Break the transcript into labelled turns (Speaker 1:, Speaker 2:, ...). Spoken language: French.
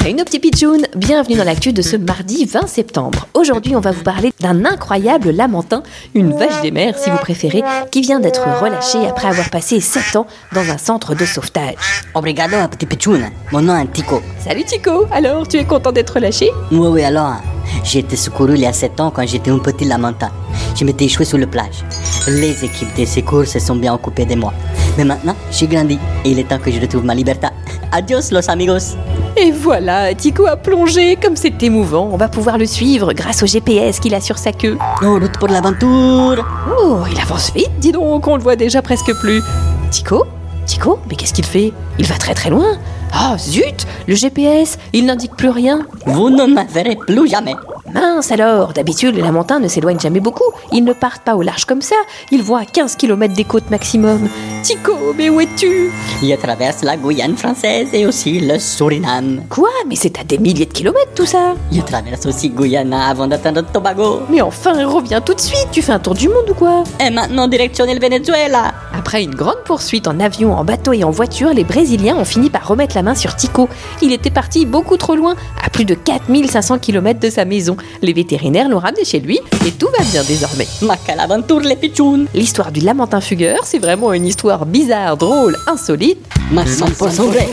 Speaker 1: Salut nos petits pitchouns Bienvenue dans l'actu de ce mardi 20 septembre. Aujourd'hui, on va vous parler d'un incroyable lamentin, une vache des mers si vous préférez, qui vient d'être relâchée après avoir passé 7 ans dans un centre de sauvetage.
Speaker 2: Obrigado, hein, petit pitchoun. Mon nom est Tico.
Speaker 1: Salut Tico Alors, tu es content d'être relâché
Speaker 2: Oui, oui, alors, hein. j'ai été secouru il y a 7 ans quand j'étais un petit lamentin. Je m'étais échoué sur le plage. Les équipes de secours se sont bien occupées de moi. Mais maintenant, j'ai grandi et il est temps que je retrouve ma liberté. Adios, los amigos.
Speaker 1: Et voilà, Tico a plongé, comme c'est émouvant. On va pouvoir le suivre grâce au GPS qu'il a sur sa queue.
Speaker 2: En route pour l'aventure.
Speaker 1: Oh, il avance vite, dis donc, on le voit déjà presque plus. Tico Tico Mais qu'est-ce qu'il fait Il va très très loin. Ah zut Le GPS, il n'indique plus rien.
Speaker 2: Vous ne me verrez plus jamais.
Speaker 1: Mince alors D'habitude, les lamentins ne s'éloignent jamais beaucoup. Ils ne partent pas au large comme ça. Ils voient à 15 km des côtes maximum. Tico, mais où es-tu
Speaker 2: Je traverse la Guyane française et aussi le Suriname.
Speaker 1: Quoi Mais c'est à des milliers de kilomètres tout ça
Speaker 2: Je traverse aussi Guyana avant d'atteindre Tobago.
Speaker 1: Mais enfin, reviens tout de suite Tu fais un tour du monde ou quoi
Speaker 2: Et maintenant, direction le Venezuela.
Speaker 1: Après une grande poursuite en avion, en bateau et en voiture, les Brésiliens ont fini par remettre la main sur Tico. Il était parti beaucoup trop loin, à plus de 4500 km de sa maison. Les vétérinaires l'ont ramené chez lui et tout va bien désormais.
Speaker 2: Ma calaventure les pitchouns.
Speaker 1: L'histoire du lamentin fugueur, c'est vraiment une histoire bizarre, drôle, insolite.
Speaker 2: Ma 100% vrai.